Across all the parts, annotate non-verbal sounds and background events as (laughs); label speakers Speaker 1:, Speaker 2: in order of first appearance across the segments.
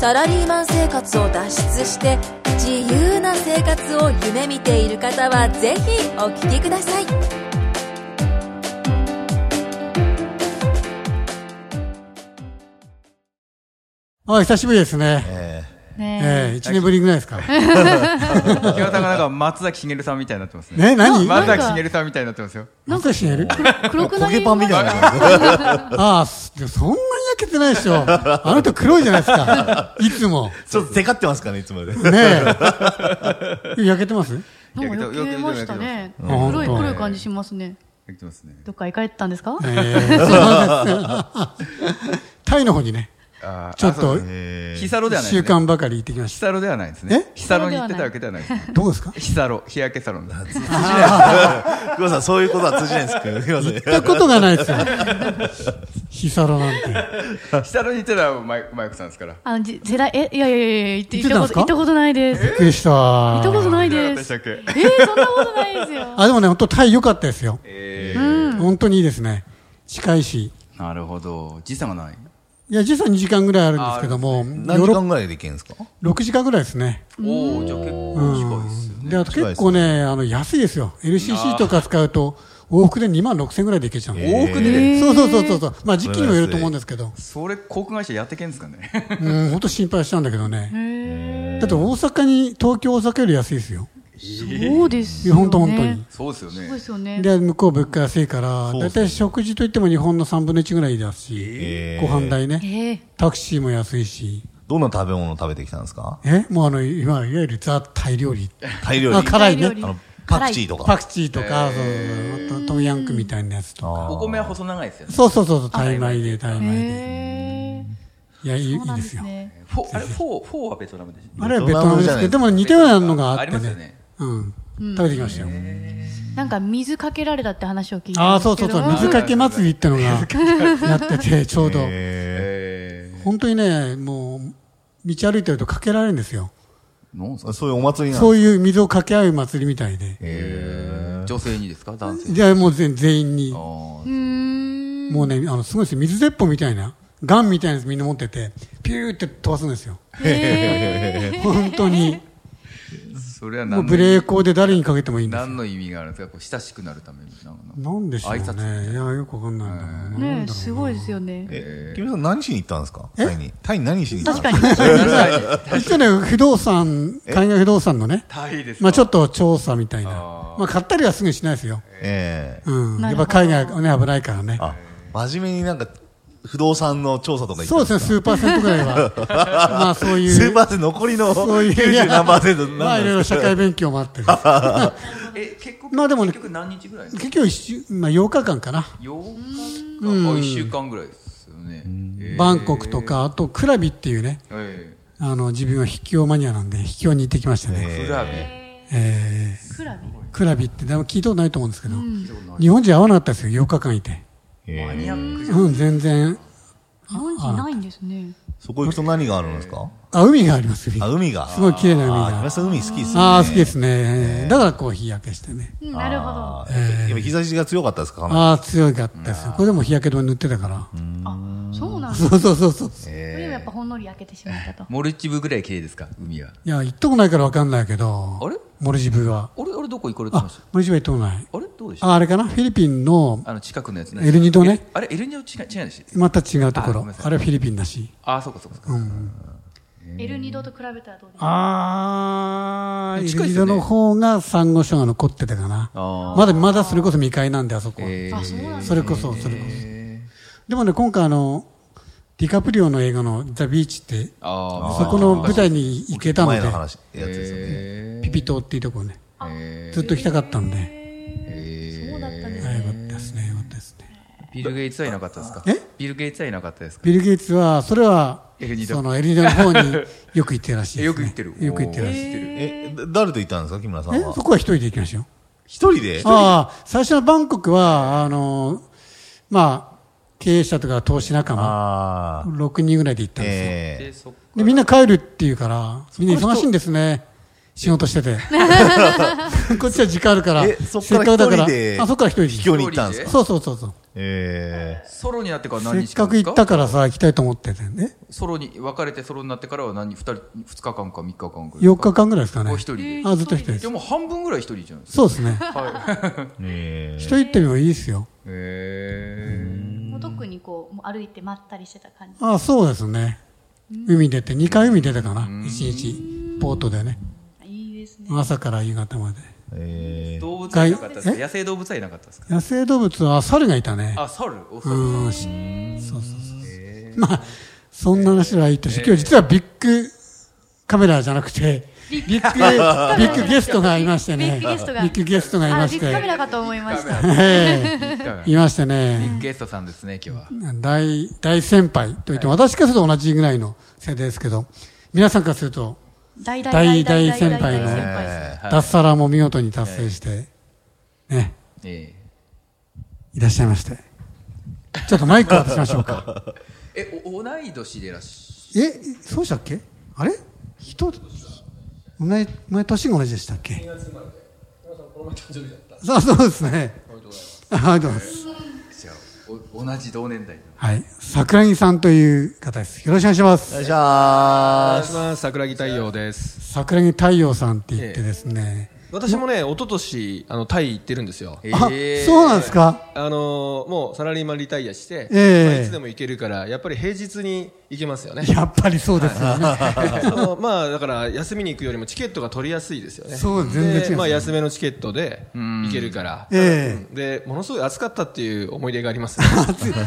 Speaker 1: サラリーマン生活を脱出して自由な生活を夢見ている方はぜひお聞きください
Speaker 2: あ、久しぶりですね。
Speaker 3: え
Speaker 2: ええ、一年ぶりぐらいですか。
Speaker 4: 木村さんがなんか松崎しげるさんみたいになってますね。
Speaker 2: ね、何
Speaker 4: 松崎しげるさんみたいになってますよ。
Speaker 2: なんかしねる
Speaker 5: 黒く
Speaker 3: ー、
Speaker 5: な
Speaker 3: ポ
Speaker 5: り
Speaker 3: ケ
Speaker 5: ま
Speaker 3: パンみたいな。
Speaker 2: ああ、すでもそんなに焼けてないでしょ。あなた黒いじゃないですか。いつも。
Speaker 3: ちょっとテカってますからね、いつ (laughs) もで。
Speaker 2: ねえ。焼けてます
Speaker 5: なんか焼けましたね。
Speaker 2: んうん
Speaker 5: 黒い黒い感じしますね。
Speaker 4: 言ってますね。
Speaker 5: どっか行かれてたんですか？
Speaker 2: ええそうなんですタイの方にね、
Speaker 4: あー
Speaker 2: ちょっと
Speaker 4: あそうですね
Speaker 3: え
Speaker 4: ヒサロでは
Speaker 2: 一
Speaker 4: ないです
Speaker 2: 週
Speaker 4: ね。
Speaker 2: 間ばかり行ってきまし
Speaker 4: ヒサロではないですね。ヒサロに
Speaker 5: ヒ
Speaker 4: 行っ
Speaker 5: サロで
Speaker 4: てたわ
Speaker 5: はない
Speaker 4: けではないですね。
Speaker 2: た。どうですか
Speaker 4: ヒサロ、日焼けサロンです。
Speaker 3: ー、黒さん、そういうことは通じないんです (laughs) けど、すいません。
Speaker 2: 行ったことがないですよ。ヒサロなんて。
Speaker 4: ヒサロに行ってたらマイマイクさんですから。
Speaker 5: あのじ世代えいやいやいやいや行って行ったこ
Speaker 2: 行
Speaker 5: と行
Speaker 2: っ
Speaker 5: っ
Speaker 2: た
Speaker 5: てたことないです。
Speaker 2: びっくりした。
Speaker 5: 行ったことない
Speaker 4: どうだった
Speaker 5: で
Speaker 4: でし
Speaker 5: す。
Speaker 4: た
Speaker 5: え
Speaker 4: っけ
Speaker 5: ーそんなことないですよ。
Speaker 2: あ、でもね、本当タイ良かったですよ。
Speaker 4: え
Speaker 2: 本当にいいですね。近いし。
Speaker 4: ー、なるほど。時差がない。
Speaker 2: いや、時差2時間ぐらいあるんですけども、
Speaker 3: 何時間ぐらいで行けるんですか
Speaker 2: 6時間ぐらいですね。
Speaker 4: おお、じゃあ結構近いっすよね。
Speaker 2: で、あと結構ね、あの、安いですよ。LCC とか使うと、往復で2万6千ぐらいでいけちゃうの。
Speaker 4: 多くで、
Speaker 5: えー
Speaker 2: そうそうそうそうそう。まあ、時期にもよると思うんですけど、
Speaker 4: それ航空会社やってけんですかね。
Speaker 2: うん、本当心配したんだけど
Speaker 5: へ
Speaker 2: ね。
Speaker 5: ー
Speaker 2: だって大阪に、東京、大阪より安いですよ。
Speaker 5: そうで
Speaker 2: (laughs)
Speaker 5: す
Speaker 2: い
Speaker 5: よ
Speaker 2: や、本
Speaker 5: ね。
Speaker 2: 当本当に。
Speaker 4: (laughs) そうですよ
Speaker 5: そうで
Speaker 4: ね。
Speaker 5: すよね。
Speaker 2: で、向こう物価安いから、
Speaker 3: そ
Speaker 2: だ
Speaker 3: うで
Speaker 2: い
Speaker 3: すね
Speaker 2: たい食事といっても日本の3分の1ぐらいだ
Speaker 3: え
Speaker 2: し
Speaker 3: ー、
Speaker 2: ご飯代
Speaker 5: え
Speaker 2: ね。
Speaker 5: ー
Speaker 2: タクシーも安いし、
Speaker 3: どんな食べ物を食べてきたんですか
Speaker 2: えもうあの、今、いわゆるザ・タイ料理。
Speaker 3: タイ料理。
Speaker 2: あ辛いね
Speaker 5: タイ料理
Speaker 3: あのパクチーと
Speaker 2: パ
Speaker 3: か。
Speaker 2: クチーとか、そうそうそうあとトムヤンクみたいなやつとか。
Speaker 3: あー
Speaker 4: お米は細長いですよね。
Speaker 2: そうそうそうそう、タイ米で、タイ米で。
Speaker 5: へ
Speaker 2: いや、いいい
Speaker 5: ーそう
Speaker 2: い
Speaker 5: なん
Speaker 2: で
Speaker 5: ですす
Speaker 2: よ。
Speaker 5: ね。
Speaker 4: フォーあれフォーフォーはベトナムでし
Speaker 2: あれはベトナムですけど、でも似たようなのがあっ
Speaker 4: あ
Speaker 2: て
Speaker 4: りますよ
Speaker 2: ね
Speaker 4: ね。
Speaker 2: うん。食べてきましたよ。
Speaker 5: なんか水かけられたって話を聞
Speaker 2: あ
Speaker 5: いたん
Speaker 2: あ、
Speaker 5: です
Speaker 2: そう
Speaker 5: け
Speaker 2: そう
Speaker 5: ど
Speaker 2: そう、
Speaker 5: も。
Speaker 2: 水かけ祭りってのがやってて、ちょうど。
Speaker 3: え
Speaker 4: え
Speaker 2: 本当にね、もう、道歩いてるとかけられるんですよ。
Speaker 4: ー、なんす
Speaker 3: ー
Speaker 4: か
Speaker 3: そういうお祭りなん
Speaker 2: そういう水をかけ合う祭りみたいで。
Speaker 4: 女性にですか男性に。
Speaker 2: じゃあもう全全員に
Speaker 4: あ、ー
Speaker 5: うーん。
Speaker 2: もうね、あの、すごいですよ。水鉄砲みたいな、ガンみたいなやつみんな持ってて、ピューって飛ばすんですよ。
Speaker 5: へ
Speaker 2: (laughs)
Speaker 5: ー
Speaker 2: 本当に。
Speaker 4: それは
Speaker 2: もう
Speaker 4: 何
Speaker 2: ブ
Speaker 4: の
Speaker 2: レーコーで誰にかけてもいいんですよ
Speaker 4: 何の意味があるんですかこう親しくなるために。なんか
Speaker 2: なんでしょう
Speaker 4: 挨拶
Speaker 2: ね。いや、よくわかんないんだもんな。
Speaker 5: ねえすごいですよね。
Speaker 3: えー、君さん何しに行ったんですかタイに。タイに何しに行った
Speaker 5: 確
Speaker 3: んで
Speaker 5: か
Speaker 3: す
Speaker 5: に。
Speaker 2: 一応ね、不動産、海外不動産のね、
Speaker 4: 大変ですか
Speaker 2: まあちょっと調査みたいな。
Speaker 4: あー
Speaker 2: まあ買ったりはすぐしないですよ。
Speaker 3: ええ
Speaker 2: うん。や
Speaker 5: な
Speaker 2: っ
Speaker 5: るほ
Speaker 2: ぱ
Speaker 5: ど
Speaker 2: 海外はね、危ないからね。
Speaker 3: あ、真面目になんか、不動産の調査とか行った
Speaker 2: そ
Speaker 3: ん
Speaker 2: う
Speaker 3: で
Speaker 2: です
Speaker 3: す
Speaker 2: ね、
Speaker 3: か
Speaker 2: 数パーセントぐらいは。まあそういう。
Speaker 3: 数パーセント残りの
Speaker 2: そういう
Speaker 3: 90何パーセント何
Speaker 2: まあ
Speaker 3: なん
Speaker 2: いろい
Speaker 3: で
Speaker 2: ろ
Speaker 3: すか
Speaker 2: 社会勉強もあって。
Speaker 4: え、結構、
Speaker 2: まあでもね
Speaker 4: 結局何日ぐらい
Speaker 2: 結局一週、まあ8日間かな。
Speaker 4: ?8 日か、1週間ぐらいですよね。えー
Speaker 2: バンコクと。か、あとクラビっていうね、
Speaker 4: え
Speaker 2: あの、自分は秘境マニアなんで、秘境に行ってきました
Speaker 4: え
Speaker 2: ね。
Speaker 4: フラビ。
Speaker 2: え
Speaker 5: クラビ
Speaker 2: ー、クラビって、でも聞いたことないと思うんですけど、日本人合わなかったですよ、8日間いて。
Speaker 4: マニアックじゃん。
Speaker 2: うん、全然。
Speaker 5: 日本人ないんですね。
Speaker 3: そこ行くと何があるんですか
Speaker 2: あ、海があります、海。
Speaker 3: あ、海が。
Speaker 2: すごい綺麗な海
Speaker 3: あー、
Speaker 2: が
Speaker 3: 君。さん海好きですね。
Speaker 2: ああ、好きですね。だからこう日焼けしてね。
Speaker 5: うんなるほど。あ
Speaker 3: あー。やっぱ日差しが強かったですかかなり
Speaker 2: ああ、強かったですよ。これでも日焼け止め塗ってたから。
Speaker 5: そうなんです。
Speaker 2: そうそうそうそう。
Speaker 5: これもやっぱほんのり焼けてしまったと。
Speaker 4: モルチブぐらい綺麗ですか海は。
Speaker 2: いや、行ったことないからわかんないけど。
Speaker 4: あれ
Speaker 2: モルジブは。
Speaker 4: あれ、あれどこ行かれてま
Speaker 2: あ
Speaker 4: した、
Speaker 2: モルジブは行ったことない。
Speaker 4: あれどうでした
Speaker 2: あ、あれかなフィリピンの、
Speaker 4: あの近くのやつね。
Speaker 2: エルニドね
Speaker 4: え。あれ、エルニド違い、違いでし
Speaker 2: また違うとこ
Speaker 4: あごめん
Speaker 2: ろ
Speaker 4: な。さい
Speaker 2: あれはフィリピンだし。
Speaker 4: ああ、そうかそうかそうか。
Speaker 5: エルニドと比べたらどうですか
Speaker 2: ああ、イ
Speaker 4: 近
Speaker 2: ル
Speaker 4: いっ
Speaker 2: リ
Speaker 4: すよ
Speaker 2: ド
Speaker 4: ね
Speaker 2: の方がサンゴ礁が残ってたかな。
Speaker 4: あー
Speaker 2: まだ、まだそれこそ未開なんで、あそこは。
Speaker 4: えー
Speaker 5: あ、そうなんです
Speaker 2: そ
Speaker 5: ね
Speaker 2: れこそ、それこそ。でもね、今回あの、ディカプリオの映画のザ・ビーチって、
Speaker 4: あー
Speaker 2: そこの舞台に行けたの
Speaker 3: 前
Speaker 2: で、
Speaker 3: の話、やつですよね。
Speaker 2: ピピ島っていうところね、ずっと行きたかったんで、え
Speaker 5: そうだったんです
Speaker 2: ー、よ
Speaker 5: ね。
Speaker 2: かったですね、よかったですね。
Speaker 4: ビル・ゲイツはいなかったですか
Speaker 2: え
Speaker 4: ビル・ゲイツはいなかったですか
Speaker 2: ビル・ゲイツは、それは
Speaker 4: エルニ、ド
Speaker 2: そのエルニドの方によく行ってるらしいです、ね。
Speaker 4: (laughs) よく行ってる。
Speaker 2: よく行ってるらしい。
Speaker 4: い。
Speaker 3: え、だ誰と行ったんですか、木村さん
Speaker 2: え
Speaker 3: は
Speaker 2: そ。こは一人で行きましょう。
Speaker 3: 一人で
Speaker 2: ああ、最初のバンコクは、あの、まあ、経営者とか投資仲間、
Speaker 3: ああ。
Speaker 2: 6人ぐらいで行ったんですよ。
Speaker 3: え
Speaker 4: でそっか
Speaker 2: で、みんな帰るって言うから、みんな忙しいんですね。仕事して
Speaker 3: (laughs)
Speaker 2: て。こっちは時間あるから、
Speaker 3: えそっから
Speaker 2: だか
Speaker 3: 一人で
Speaker 2: ら、あ、そっから一人で
Speaker 3: え。秘境に行ったんですか
Speaker 2: そうそうそうそう。
Speaker 3: ええ。
Speaker 4: ソロになってから
Speaker 2: せ
Speaker 4: 何
Speaker 2: っ
Speaker 4: 日間
Speaker 2: かく
Speaker 4: です
Speaker 2: 行
Speaker 4: か
Speaker 2: ったからさ、行きたいと思っててね。
Speaker 4: ソロに別れてソロになってからは何二人二日間か三日間ぐらいです
Speaker 2: 4
Speaker 4: か
Speaker 2: 日間ぐらいですかね
Speaker 4: お。一人で
Speaker 2: あ、ずっと一人で。
Speaker 4: ですも半分ぐらい一人じゃないですか
Speaker 2: そうですね。
Speaker 3: え
Speaker 2: 一人行ってもいいですよ。
Speaker 4: へえ
Speaker 5: もう特にこうもう歩いてまったりしてた感じ
Speaker 2: あ、そうですね。海出て、2回海出てかな。1日、ボートでね。
Speaker 5: いいですね
Speaker 2: 朝から夕方まで。
Speaker 3: え。ええ。
Speaker 4: 動物はいなかったですか野生動物はいなかったですか
Speaker 2: 野生動物は、あ猿がいたね。
Speaker 4: あ猿お
Speaker 2: う
Speaker 4: 猿
Speaker 2: ん、しそうそうそう。まあ、そんな話はいいとして、今日実はビッグカメラじゃなくて、ビッグ、ビッグゲストがいましてね。
Speaker 5: ビッグゲストが
Speaker 2: ビッグゲストがいま
Speaker 5: あ
Speaker 2: し
Speaker 5: ビッ
Speaker 2: て
Speaker 5: グカ。メラかと思いました
Speaker 2: ええいましてね。
Speaker 4: ゲストさんですね今日は
Speaker 2: 大、大先輩といっても、私からすると同じぐらいの世代ですけど、皆さんからすると、
Speaker 5: 大
Speaker 2: 大大先輩の
Speaker 5: 大大先輩です
Speaker 4: はい
Speaker 2: 脱サラも見事に達成して、ね、
Speaker 4: え
Speaker 2: いらっしゃいまして。ちょっとマイクを渡しましょうか。
Speaker 4: ええお同い年でいらっし
Speaker 2: え、そうでしたっけあれ人、同じ、前年が同じでしたっけそうそうですね。ありがとうございます。
Speaker 4: ゃるお同じ同年代の
Speaker 2: はい。桜木さんという方です。よろしくお願いしま
Speaker 3: お願
Speaker 2: す。
Speaker 3: いしま
Speaker 6: お願いします桜木太陽です
Speaker 2: 桜木太陽さんって言ってですね。
Speaker 6: 私もね一昨年あのタイ行ってるんですよ
Speaker 2: あ、
Speaker 4: ええ
Speaker 2: そうなんですか
Speaker 6: あのーもうサラリーマンリタイアして、
Speaker 2: ええ
Speaker 6: まあいつでも行けるからやっぱり平日に行けますよね
Speaker 2: やっぱりそうですよね。
Speaker 6: そのまあだから休みに行くよりもチケットが取りやすいですよね
Speaker 2: そう全然違います
Speaker 6: でまあ安めのチケットで行けるから
Speaker 2: ええ
Speaker 6: うんでものすごい暑かったっていう思い出があ
Speaker 2: (laughs)
Speaker 6: ります、ね、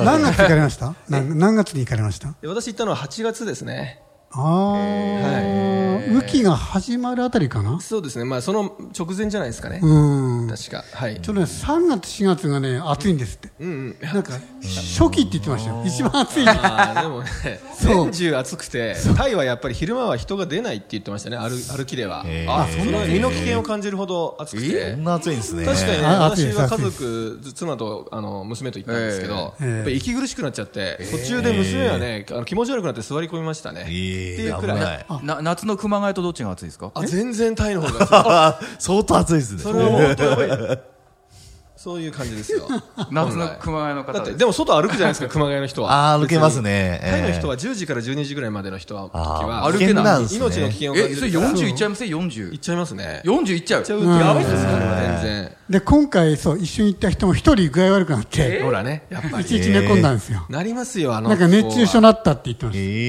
Speaker 2: 何月に行かれました何何月に行かれました
Speaker 6: で私行ったのは8月ですね
Speaker 2: ああ、雨季が始まるあたりかな
Speaker 6: そうですねまあその直前じゃないですかね、
Speaker 2: うん。
Speaker 6: 確かはい
Speaker 2: ちょっとね、3月、4月がね、暑いんですって。なんか、初期って言ってましたよ。一番暑い。
Speaker 6: あー
Speaker 3: (laughs)
Speaker 6: でもね、
Speaker 2: そう
Speaker 6: 年中暑くて、タイはやっぱり昼間は人が出ないって言ってましたね、歩歩きでは。
Speaker 3: あ
Speaker 6: その身の危険を感じるほど暑く
Speaker 3: す。
Speaker 6: て
Speaker 3: こん。な暑いんですね。
Speaker 6: 確かにね、
Speaker 2: あ暑い
Speaker 6: 私
Speaker 2: です
Speaker 6: は家族、妻とあの娘と行ったんですけど、
Speaker 2: ええ
Speaker 6: やっぱり息苦しくなっちゃって、途中で娘はね、あの気持ち悪くなって座り込みましたね。っ
Speaker 3: ええ
Speaker 6: ていうく
Speaker 3: 危
Speaker 6: ら。
Speaker 3: ないい。
Speaker 4: な夏の熊谷とどっちが暑いですか
Speaker 6: あ、全然タイの方が
Speaker 3: (laughs)
Speaker 6: 暑い。
Speaker 3: あ相当暑いですね。
Speaker 6: それはもう、 (laughs) 遠いそういう感じですよ。
Speaker 4: 夏の熊谷の方
Speaker 6: だっ
Speaker 4: で
Speaker 6: て、
Speaker 4: す
Speaker 6: でも外歩くじゃないですか、熊谷の人は。
Speaker 3: ああ、抜けますね。
Speaker 6: タイの人
Speaker 3: は
Speaker 6: は10時から12時ぐらいまでの人は、時
Speaker 3: あ
Speaker 6: は
Speaker 3: あ、
Speaker 4: 歩
Speaker 3: 危
Speaker 4: けな
Speaker 3: 険
Speaker 4: い
Speaker 3: なんですね。
Speaker 6: 命の危険を感
Speaker 4: え
Speaker 6: じ
Speaker 4: それ
Speaker 6: るから。
Speaker 4: 40いっちゃいますよ40
Speaker 6: いっちゃいますね。
Speaker 4: 40いっちゃう
Speaker 6: ちゃうとやばいですから全然。
Speaker 2: (laughs) で、今回、そう、一緒に行った人も一人具合悪くなって、
Speaker 6: ほらね、やっぱ
Speaker 2: い
Speaker 6: り。
Speaker 2: ちいち寝込んだんですよ。
Speaker 6: (laughs) なりますよ、あの。
Speaker 2: なんか熱中症に
Speaker 6: の。
Speaker 2: なったって言ってまし
Speaker 3: え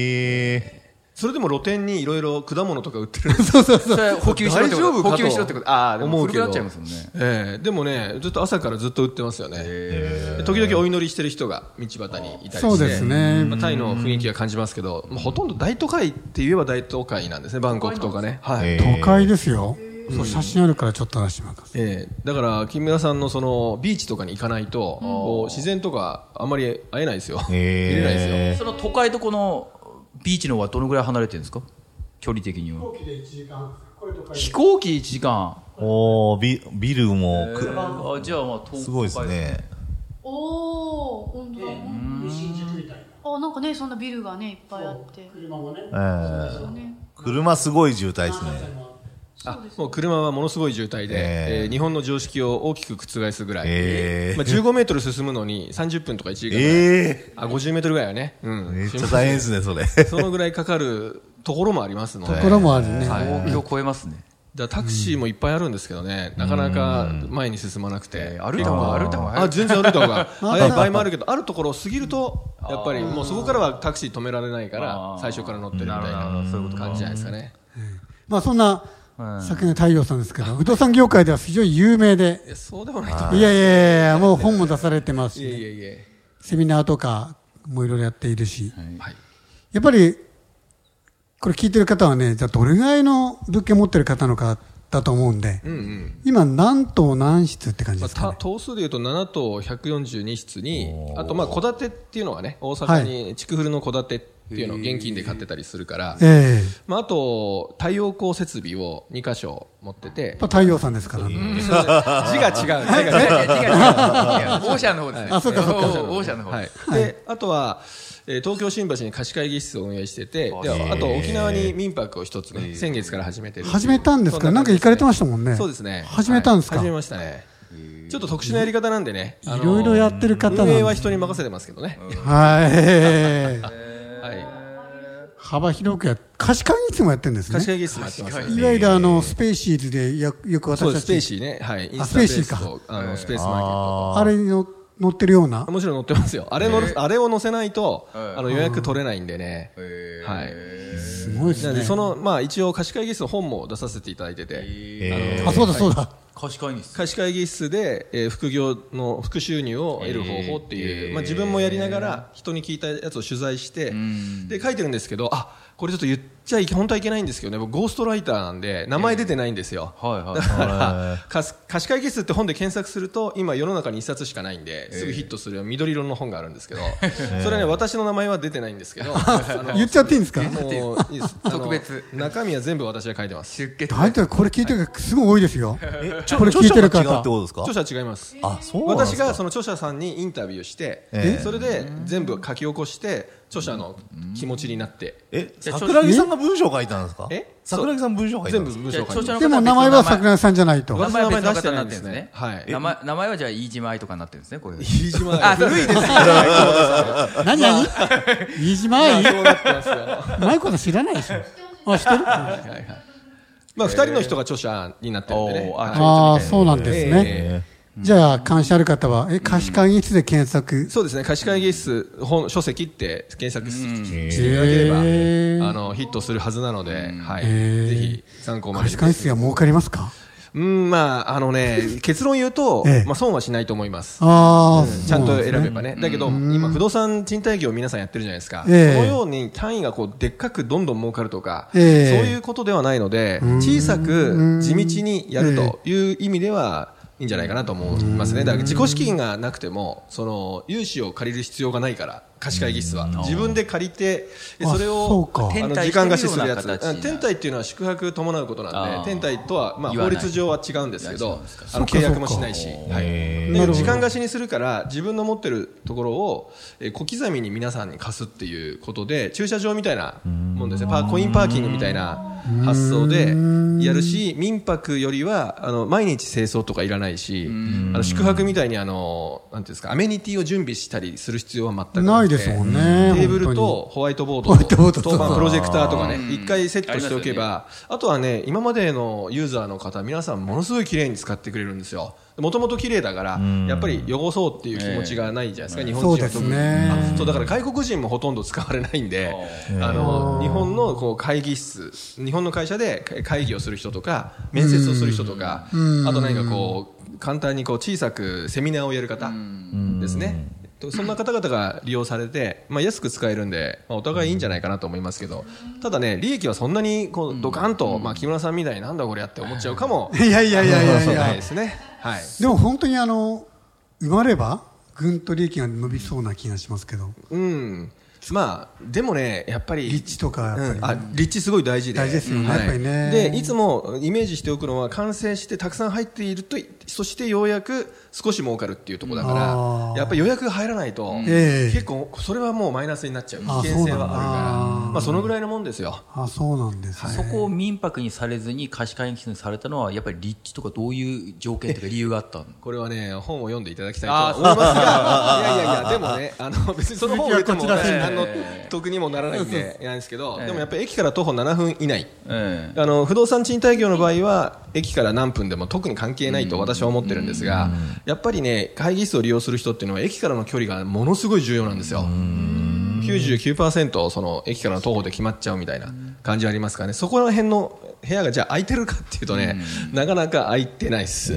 Speaker 3: え。
Speaker 6: それでも露店にいろいろ果物とか売っ
Speaker 2: (laughs)
Speaker 6: てるんです
Speaker 4: それ補給しろってこ
Speaker 6: 大丈
Speaker 4: と
Speaker 6: 夫かと
Speaker 4: 補給しろってことああでも
Speaker 6: 思う
Speaker 4: 古く
Speaker 6: けど
Speaker 4: なっちゃいますもんね
Speaker 6: ええでもね、ずっと朝からずっと売ってますよね。で時々お祈りしてる人が道端にいたりして。
Speaker 2: そうですね
Speaker 6: まあタイの雰囲気は感じますけど、まあほとんど大都会って言えば大都会なんですね、バンコクとかね。はい。
Speaker 3: え
Speaker 2: た。都会ですよ。そう、写真あるからちょっと出してもらったんです。
Speaker 6: ええだから、木村さんのその、ビーチとかに行かないと、こう自然とかあんまり会えないですよ。
Speaker 3: ええ
Speaker 6: 見れないですよ。
Speaker 4: その都会とこのビーチの方はどのぐらい離れてるんですか距離的には飛行機で1時間
Speaker 3: おービビルもく、
Speaker 4: あじゃあまあ東
Speaker 3: すごいですね。
Speaker 5: おお本当だあなんかねそんなビルがねいっぱいあって
Speaker 3: ええ車すごい渋滞ですね。
Speaker 6: あもう車はものすごい渋滞で、
Speaker 3: えー
Speaker 6: えー日本の常識を大きく覆すぐらい、
Speaker 3: えー
Speaker 6: まあ、15メートル進むのに30分とか1時間ぐらい、
Speaker 3: え
Speaker 6: あ50メートルぐらいはね、
Speaker 3: え
Speaker 6: うん、
Speaker 3: めっちゃ大変ですね、それ。
Speaker 6: そのぐらいかかるところもありますので、
Speaker 2: ところもあるね。
Speaker 4: 東京超えますね
Speaker 6: だからタクシーもいっぱいあるんですけどね、なかなか前に進まなくて、
Speaker 4: 歩いた方が歩いた方が
Speaker 6: あ
Speaker 4: 早い
Speaker 6: 全然歩いた方
Speaker 4: (laughs)
Speaker 6: が早い場合もあるけど、あるところを過ぎると、やっぱりもうそこからはタクシー止められないから、最初から乗ってるみたい
Speaker 4: なるほ
Speaker 6: な
Speaker 4: どそういうことか
Speaker 6: 感じじゃないですかね。
Speaker 2: まあ、そんな、昨年太陽さんですけど、不動産業界では非常に有名で、
Speaker 6: いやそうでもないと思う
Speaker 2: いやいやいや、もう本も出されてます
Speaker 6: いやい
Speaker 2: し、
Speaker 6: やいや、
Speaker 2: セミナーとかもいろいろやっているし、
Speaker 6: はい
Speaker 2: やっぱり、これ聞いてる方はね、じゃあどれぐらいの物件持ってる方なのかだと思うんで、
Speaker 6: うんうん
Speaker 2: 今何棟何室って感じ
Speaker 6: ま
Speaker 2: で
Speaker 6: あ、
Speaker 2: すか
Speaker 6: た
Speaker 2: ね。
Speaker 6: 棟数でいうと7棟142室にあとまあ戸建てっていうのがね大阪に築古の戸建てっていうのを現金で買ってたりするから、
Speaker 2: ええ
Speaker 6: まあ、あと太陽光設備を2箇所持ってて
Speaker 2: まあ、太陽さんですから、
Speaker 6: 字が違う字が
Speaker 4: 違う違
Speaker 6: 違う
Speaker 4: う違うオーシャンの方ですね。
Speaker 2: あそうかそうか
Speaker 4: オーオーシャンの方。
Speaker 6: はい、であとは、えー東京新橋に貸し会議室を運営しててであと沖縄に民泊を一つね先月から始めてる
Speaker 2: 始めたんですか、なんか行かれてましたもんね、
Speaker 6: そうですね
Speaker 2: 始めたんですか、
Speaker 6: はい
Speaker 2: い
Speaker 6: 始めましたねちょっと特殊なやり方なんでねあの
Speaker 2: ろいろやってる方なん
Speaker 6: 運営は
Speaker 2: です
Speaker 6: 人に任せてますけどね、
Speaker 2: はい、
Speaker 6: (laughs) はい
Speaker 2: 幅広くや、貸し会議室もやってるんです
Speaker 6: 貸し
Speaker 2: ね、
Speaker 6: 会議室もやってます、
Speaker 2: いわゆるあのスペーシーズでやよく
Speaker 6: そ
Speaker 2: 私
Speaker 6: う
Speaker 2: た
Speaker 6: ですスペー
Speaker 2: ち、
Speaker 6: シーねはいイン
Speaker 2: あ
Speaker 6: スタベース
Speaker 2: スペーシ
Speaker 6: とあのスペースマーケッ
Speaker 2: あれにの乗ってるような
Speaker 6: ト、もちろん載ってますよあれの、あれを載せないと、
Speaker 4: はい
Speaker 6: あの予約取れないんでね、はい
Speaker 2: すごいです
Speaker 6: なので
Speaker 2: ね、
Speaker 6: その、まあ、一応貸し会議室の本も出させていただいてて、
Speaker 3: え
Speaker 2: あそうだそうだ、
Speaker 4: 貸し会議室。
Speaker 6: 貸し会議室で、えー副業の副収入を得る方法っていう、まあ、自分もやりながら人に聞いたやつを取材して、で書いてるんですけどあこれちょっと言っちゃいけ本当はいけないんですけどね僕ゴーストライターなんで名前出てないんですよ、
Speaker 4: はいはい
Speaker 6: だから貸す貸し会議室って本で検索すると今世の中に1冊しかないんですぐヒットする緑色の本があるんですけど、それはね私の名前は出てないんですけどあの
Speaker 2: 言っちゃっていいんですか、
Speaker 6: もういいですあの
Speaker 4: 特別
Speaker 6: 中身は全部私が書いてま
Speaker 4: (laughs)
Speaker 6: す
Speaker 4: 出血。
Speaker 2: 大体これ聞いてる方、すごい多いです
Speaker 6: (laughs)
Speaker 2: よ、
Speaker 3: ちょ
Speaker 2: これ聞いてる
Speaker 3: 著者が違う
Speaker 2: 方
Speaker 3: って、ことですか
Speaker 6: 著者は違います
Speaker 3: あ、そうなんです
Speaker 6: 私
Speaker 3: か
Speaker 6: がその著者さんにインタビューして、
Speaker 3: ええ
Speaker 6: それで全部書き起こして著者の気持ちになって、
Speaker 3: え、桜木さんが文章を書いたんですか
Speaker 6: え
Speaker 3: 桜木さん文章を書いた
Speaker 6: 全
Speaker 3: ん
Speaker 6: 部
Speaker 3: ですか
Speaker 6: 文
Speaker 4: じゃ
Speaker 6: 章
Speaker 4: あ
Speaker 6: を書
Speaker 4: 著
Speaker 6: いて
Speaker 4: 者
Speaker 6: ま
Speaker 4: の
Speaker 2: でも名前は桜井さんじゃないと、
Speaker 4: 名前は別の方になってるんですね。
Speaker 6: 私の名前出してないんですねはい
Speaker 4: 名前名前はじゃあ飯島愛とかになってるんですね。こういう。
Speaker 6: す飯島
Speaker 4: あ古いですね。
Speaker 2: 何何飯島愛
Speaker 6: そうなってますよは
Speaker 2: うまいこと知らないでしょ。あ、知ってる
Speaker 6: いはいまあ、二人の人が著者になってるんでね
Speaker 4: おーあ
Speaker 6: はい
Speaker 2: ああ、そうなんですね。
Speaker 3: え
Speaker 2: じゃあ、関心ある方は、え、貸し会議室で検索。
Speaker 6: そうですね貸し会議室本書籍って検索していただければ、
Speaker 2: え
Speaker 6: あ
Speaker 2: ー、
Speaker 6: のヒットするはずなので、は
Speaker 2: へ
Speaker 6: い、
Speaker 2: え
Speaker 6: ぜひ参考まで
Speaker 2: 貸し会議室が儲かりますか
Speaker 6: うんまああのね結論言うと、
Speaker 2: ええ
Speaker 6: まあ、損はしないと思います
Speaker 2: ああ、
Speaker 6: ちゃんと選べ
Speaker 2: ば。
Speaker 6: ばね。だけど、今、不動産賃貸業皆さんやってるじゃないですか。その
Speaker 2: ええ
Speaker 6: ように単位がこう、でっかくどんどん儲かるとか、そう
Speaker 2: ええ
Speaker 6: いうことではないので、小さく地道にやるという意味では、いいんじゃないかなと思いますね。だから自己資金がなくても、その、融資を借りる必要がないから、貸し会議室は。自分で借りて、で
Speaker 2: あ
Speaker 6: それ
Speaker 2: そう
Speaker 6: を、
Speaker 2: か
Speaker 6: あの、
Speaker 4: 転貸し
Speaker 6: 時
Speaker 4: て
Speaker 6: 間
Speaker 4: みる
Speaker 6: 貸しするや
Speaker 4: よ
Speaker 6: つ。
Speaker 4: うな形
Speaker 6: うん転貸っていうのは宿泊伴うことなん
Speaker 4: ああ
Speaker 6: で、転貸とは、まあ、
Speaker 4: 言わ
Speaker 6: 法
Speaker 4: ない
Speaker 6: 律上は違うんですけど、あ
Speaker 2: そう
Speaker 6: の、
Speaker 2: か
Speaker 6: 契約もしないし。はい
Speaker 3: え
Speaker 6: で時間貸しにするから自分の持ってるところを、えー小刻みに皆さんに貸すっていうことで駐車場みたいなもんですねパーコインパーキングみたいな発想でやるし民泊よりはあの毎日清掃とかいらないしあの宿泊みたいにあのなんていうんですかアメニティを準備したりする必要は全く
Speaker 2: ない
Speaker 6: くて
Speaker 2: ですもんね
Speaker 6: テーブルとホワイトボー
Speaker 2: ホワイトボード
Speaker 6: ドと
Speaker 2: と
Speaker 6: 当番プロジェクターとかね一回セッ
Speaker 4: あ
Speaker 6: ト
Speaker 4: り
Speaker 6: し
Speaker 4: ます
Speaker 6: て
Speaker 4: よ
Speaker 6: お
Speaker 4: ね
Speaker 6: けばあとはね、今までのユーザーの方、皆さん、ものすごい綺麗に使ってくれるんですよ。もともと綺麗だから、やっぱり汚そうっていう気持ちがないじゃないですか、日本人は特
Speaker 2: そう
Speaker 6: に
Speaker 2: ですね
Speaker 6: あそうだから外国人もほとんど使われないんで、あの日本のこう会議室、日本の会社で会会議をする人とか、面接をする人とか、あと何かこう、簡単にこう小さくセミナーをやる方ですね。とそんな方々が利用されて、まあ、安く使えるんで、まあ、お互いいいんじゃないかなと思いますけど、ただね、利益はそんなにこうドカンと、まあ、木村さんみたいになんだこれやって思っちゃうかも、
Speaker 2: いやいやいやいやい
Speaker 6: そうない
Speaker 2: や
Speaker 6: で。すね。はい。
Speaker 2: でも本当にあの、埋まれば、ぐんと利益が伸びそうな気がしますけど。
Speaker 6: うん。まあ、でもね、やっぱり。
Speaker 2: 立地とかやっ
Speaker 6: うん
Speaker 2: ぱ
Speaker 6: あ
Speaker 2: りね、
Speaker 6: 立地すごい大事で。
Speaker 2: 大事ですよね
Speaker 6: はい
Speaker 2: やっぱりね
Speaker 6: で、いつもイメージしておくのは、完成してたくさん入っていると、そしてようやく少し儲かるっていうところだ
Speaker 2: あ
Speaker 6: か
Speaker 2: ー
Speaker 6: ら、やっぱり予約が入らないと、
Speaker 2: ええ
Speaker 6: 結構、それはもうマイナスになっちゃう。危
Speaker 2: あ
Speaker 6: 険性はある
Speaker 2: そうな
Speaker 6: か
Speaker 2: んだ
Speaker 6: ら、まあ、そのぐらいのもんですよ。
Speaker 2: あ、そうなんですね。
Speaker 4: そこを民泊にされずに貸し会議室にされたのはやっぱり立地とかどういう条件とか理由があったの
Speaker 6: これはね、本を読んでいただきたいと思いますが、いやいやいや、 (laughs) でもね、あの、別にその本を言っても、
Speaker 2: 続きはこちらで
Speaker 6: 何の得にもならないんで、なんですけど、でもやっぱり駅から徒歩7分以内。
Speaker 4: え
Speaker 6: あの不動産賃貸業の場合は駅から何分でも特に関係ないと私は思ってるんですがやっぱりね会議室を利用する人っていうのは駅からの距離がものすごい重要なんですよ。99%その駅からの徒歩で決まっちゃうみたいな感じはありますからねそこら辺の部屋がじゃあ空いてるかっていうとねなかなか空いてないっす。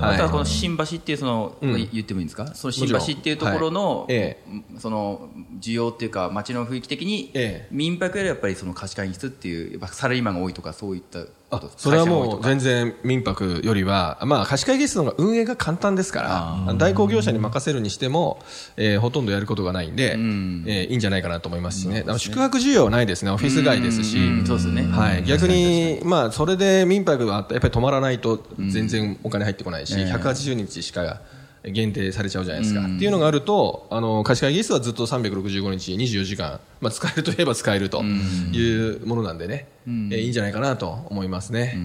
Speaker 4: あとは
Speaker 6: は
Speaker 4: この新橋っていうその、
Speaker 6: ん
Speaker 4: 言ってもいいんですかその
Speaker 6: ち
Speaker 4: 新
Speaker 6: ろ
Speaker 4: 橋
Speaker 6: ん
Speaker 4: っていうところの、
Speaker 6: はいえ
Speaker 4: その需要っていうか街の雰囲気的に、
Speaker 6: ええ
Speaker 4: 民泊よりやっぱりその貸し会議室っていうやっぱサラリーマンが多いとかそういったあ
Speaker 6: それはもう全然民泊よりは、まあ、貸し会議室の方が運営が簡単ですから、代行業者に任せるにしても、えーほとんどやることがないんで、
Speaker 4: ん
Speaker 6: えーいいんじゃないかなと思いますしね、あの宿泊需要はないですね、オフィス街ですし、
Speaker 4: うんそうですね
Speaker 6: はい、逆
Speaker 4: 確
Speaker 6: に、まあ、それで民泊があったらやっぱり泊まらないと全然お金入ってこないし、
Speaker 4: ええ
Speaker 6: 180日しか限定されちゃうじゃないですか。っていうのがあると、あの、貸し会議室はずっと365日24時間、まあ、使えるといえば使えるというものなんでね、えーいいんじゃないかなと思いますね。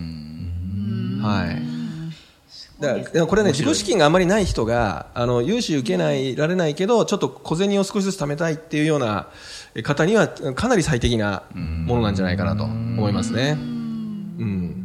Speaker 6: はい。だからでもこれね、自己資金があまりない人が、あの、融資受けない、られないけど、ちょっと小銭を少しずつ貯めたいっていうようなえ方には、かなり最適なものなんじゃないかなと思いますね。うん。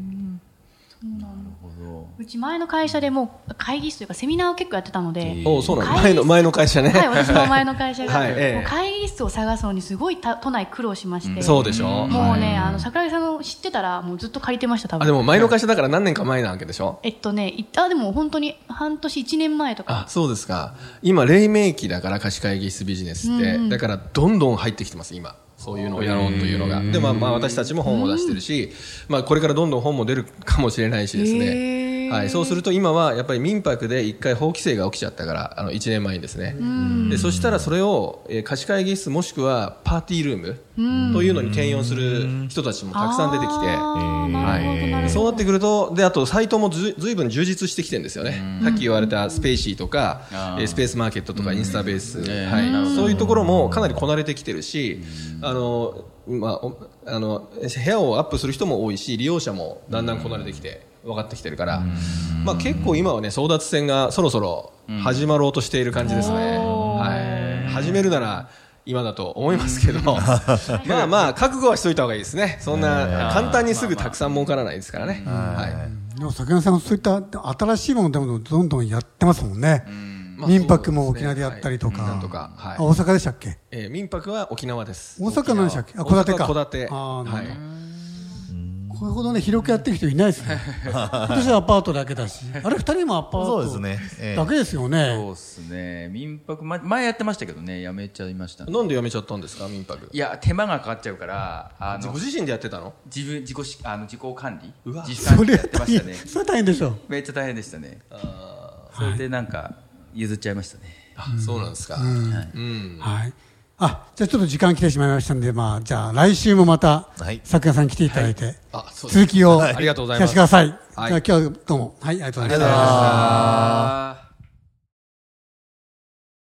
Speaker 5: うち前の会社でもう会議室というかセミナーを結構やってたので、
Speaker 6: おそうなんだ。
Speaker 5: 会議
Speaker 6: 前の、前の会社ね。
Speaker 5: はい、私の前の会社が、
Speaker 6: (laughs) はいはいええ
Speaker 5: もう会議室を探すのにすごいた都内苦労しまして、
Speaker 6: そうでしょ
Speaker 5: もうね、
Speaker 6: はい
Speaker 5: あの桜木さんの知ってたらもうずっと借りてました多分
Speaker 6: あ、でも前の会社だから何年か前なわけでしょ
Speaker 5: えっとねいあでも本当に半年1年前と
Speaker 6: あ
Speaker 5: か、
Speaker 6: そうですか。今、黎明期だから、貸し会議室ビジネスって。だから、どんどん入ってきてます、今。そういうのをやろうというのが。で、まあ、まあ、私たちも本を出してるし、まあ、これからどんどん本も出るかもしれないしです
Speaker 5: へ
Speaker 6: ね。
Speaker 5: ー
Speaker 6: はい。そうすると、今は、やっぱり民泊で一回法規制が起きちゃったから、あの、1年前にですね。で、そしたら、それを、えー貸し会議室もしくは、パーティールームというのに転用する人たちもたくさん出てきて。
Speaker 5: あーなるほどなるほど
Speaker 6: そうなってくると、で、あと、サイトもずずいぶん充実してきてるんですよね。さっき言われたスペーシーとか
Speaker 4: あ、ー
Speaker 6: えースペースマーケットとか、インスタベース、
Speaker 4: え
Speaker 6: は
Speaker 4: えなるほ
Speaker 6: い。
Speaker 4: ど
Speaker 6: そういうところもかなりこなれてきてるし、あの、まあお、あの、部屋をアップする人も多いし、利用者もだんだんこなれてきて、分かってきてるから、まあ結構今はね、争奪戦がそろそろ始まろうとしている感じですね。
Speaker 5: おー
Speaker 6: はい。始めるなら、今だと思いますけど、 (laughs) まあまあ、覚悟はしといた方がいいですね。そんな、簡単にすぐたくさん儲からないですからね。はい。
Speaker 2: でも、桜根さん、そういった新しいものでもどんどんやってますもんね。民泊も沖縄でやったりと
Speaker 6: はい
Speaker 2: か。
Speaker 6: なんとかはい
Speaker 2: あ大阪でしたっけ
Speaker 6: えー民泊は沖縄です。
Speaker 2: 大阪何でしたっけあ
Speaker 6: 沖縄
Speaker 2: 戸建てか
Speaker 6: 大阪は戸建て。
Speaker 2: あーな
Speaker 6: は
Speaker 2: るほど
Speaker 6: い。
Speaker 2: これほどね、広くやってる人いないですね。私はアパートだけだし。あれ、二人もアパー
Speaker 3: そう
Speaker 2: ト
Speaker 3: ですね。ええ
Speaker 2: だけですよ
Speaker 4: そう
Speaker 2: ね。
Speaker 4: ですね民泊、ま、前やってましたけどねやめちゃいました
Speaker 6: なんで辞めちゃったんですか、民泊。
Speaker 4: いや手間がかかっちゃうからあの
Speaker 6: ご自身でやってたの
Speaker 4: 自分自己しあの自己管理
Speaker 6: うわ
Speaker 4: 自主
Speaker 2: そ
Speaker 4: 管
Speaker 2: れ
Speaker 4: 理や
Speaker 2: は
Speaker 4: ってま
Speaker 2: 大
Speaker 4: した
Speaker 2: 変、
Speaker 4: ね
Speaker 2: それは大変でしょう。
Speaker 4: めっちゃ大変でしたねそれでなんか譲っちゃいましたね
Speaker 6: あそうなんですか。うん。
Speaker 2: はい。あ、じゃあちょっと時間来てしまいましたんで、まあ、じゃあ来週もまた
Speaker 3: はい、
Speaker 2: 作家さん来ていただいて、
Speaker 6: あ、そうです
Speaker 2: 続きを、
Speaker 6: はいありがとうございます
Speaker 2: 聞かせてくださ。
Speaker 6: はいい
Speaker 2: じゃあ今日はどうも、はい、ありがとうございま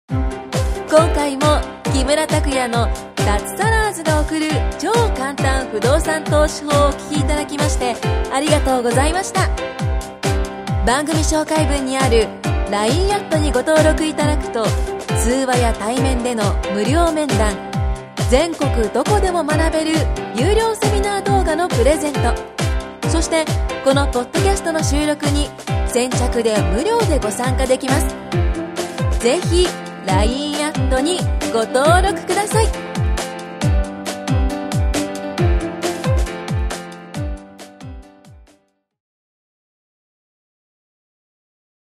Speaker 2: した。
Speaker 1: 今回も木村拓哉の脱サラーズが送る超簡単不動産投資法をお聞きいただきましてありがとうございました番組紹介文にある LINE アットにご登録いただくと通話や対面での無料面談全国どこでも学べる有料セミナー動画のプレゼントそしてこのポッドキャストの収録に先着で無料でご参加できますぜひ LINE アットにご登録ください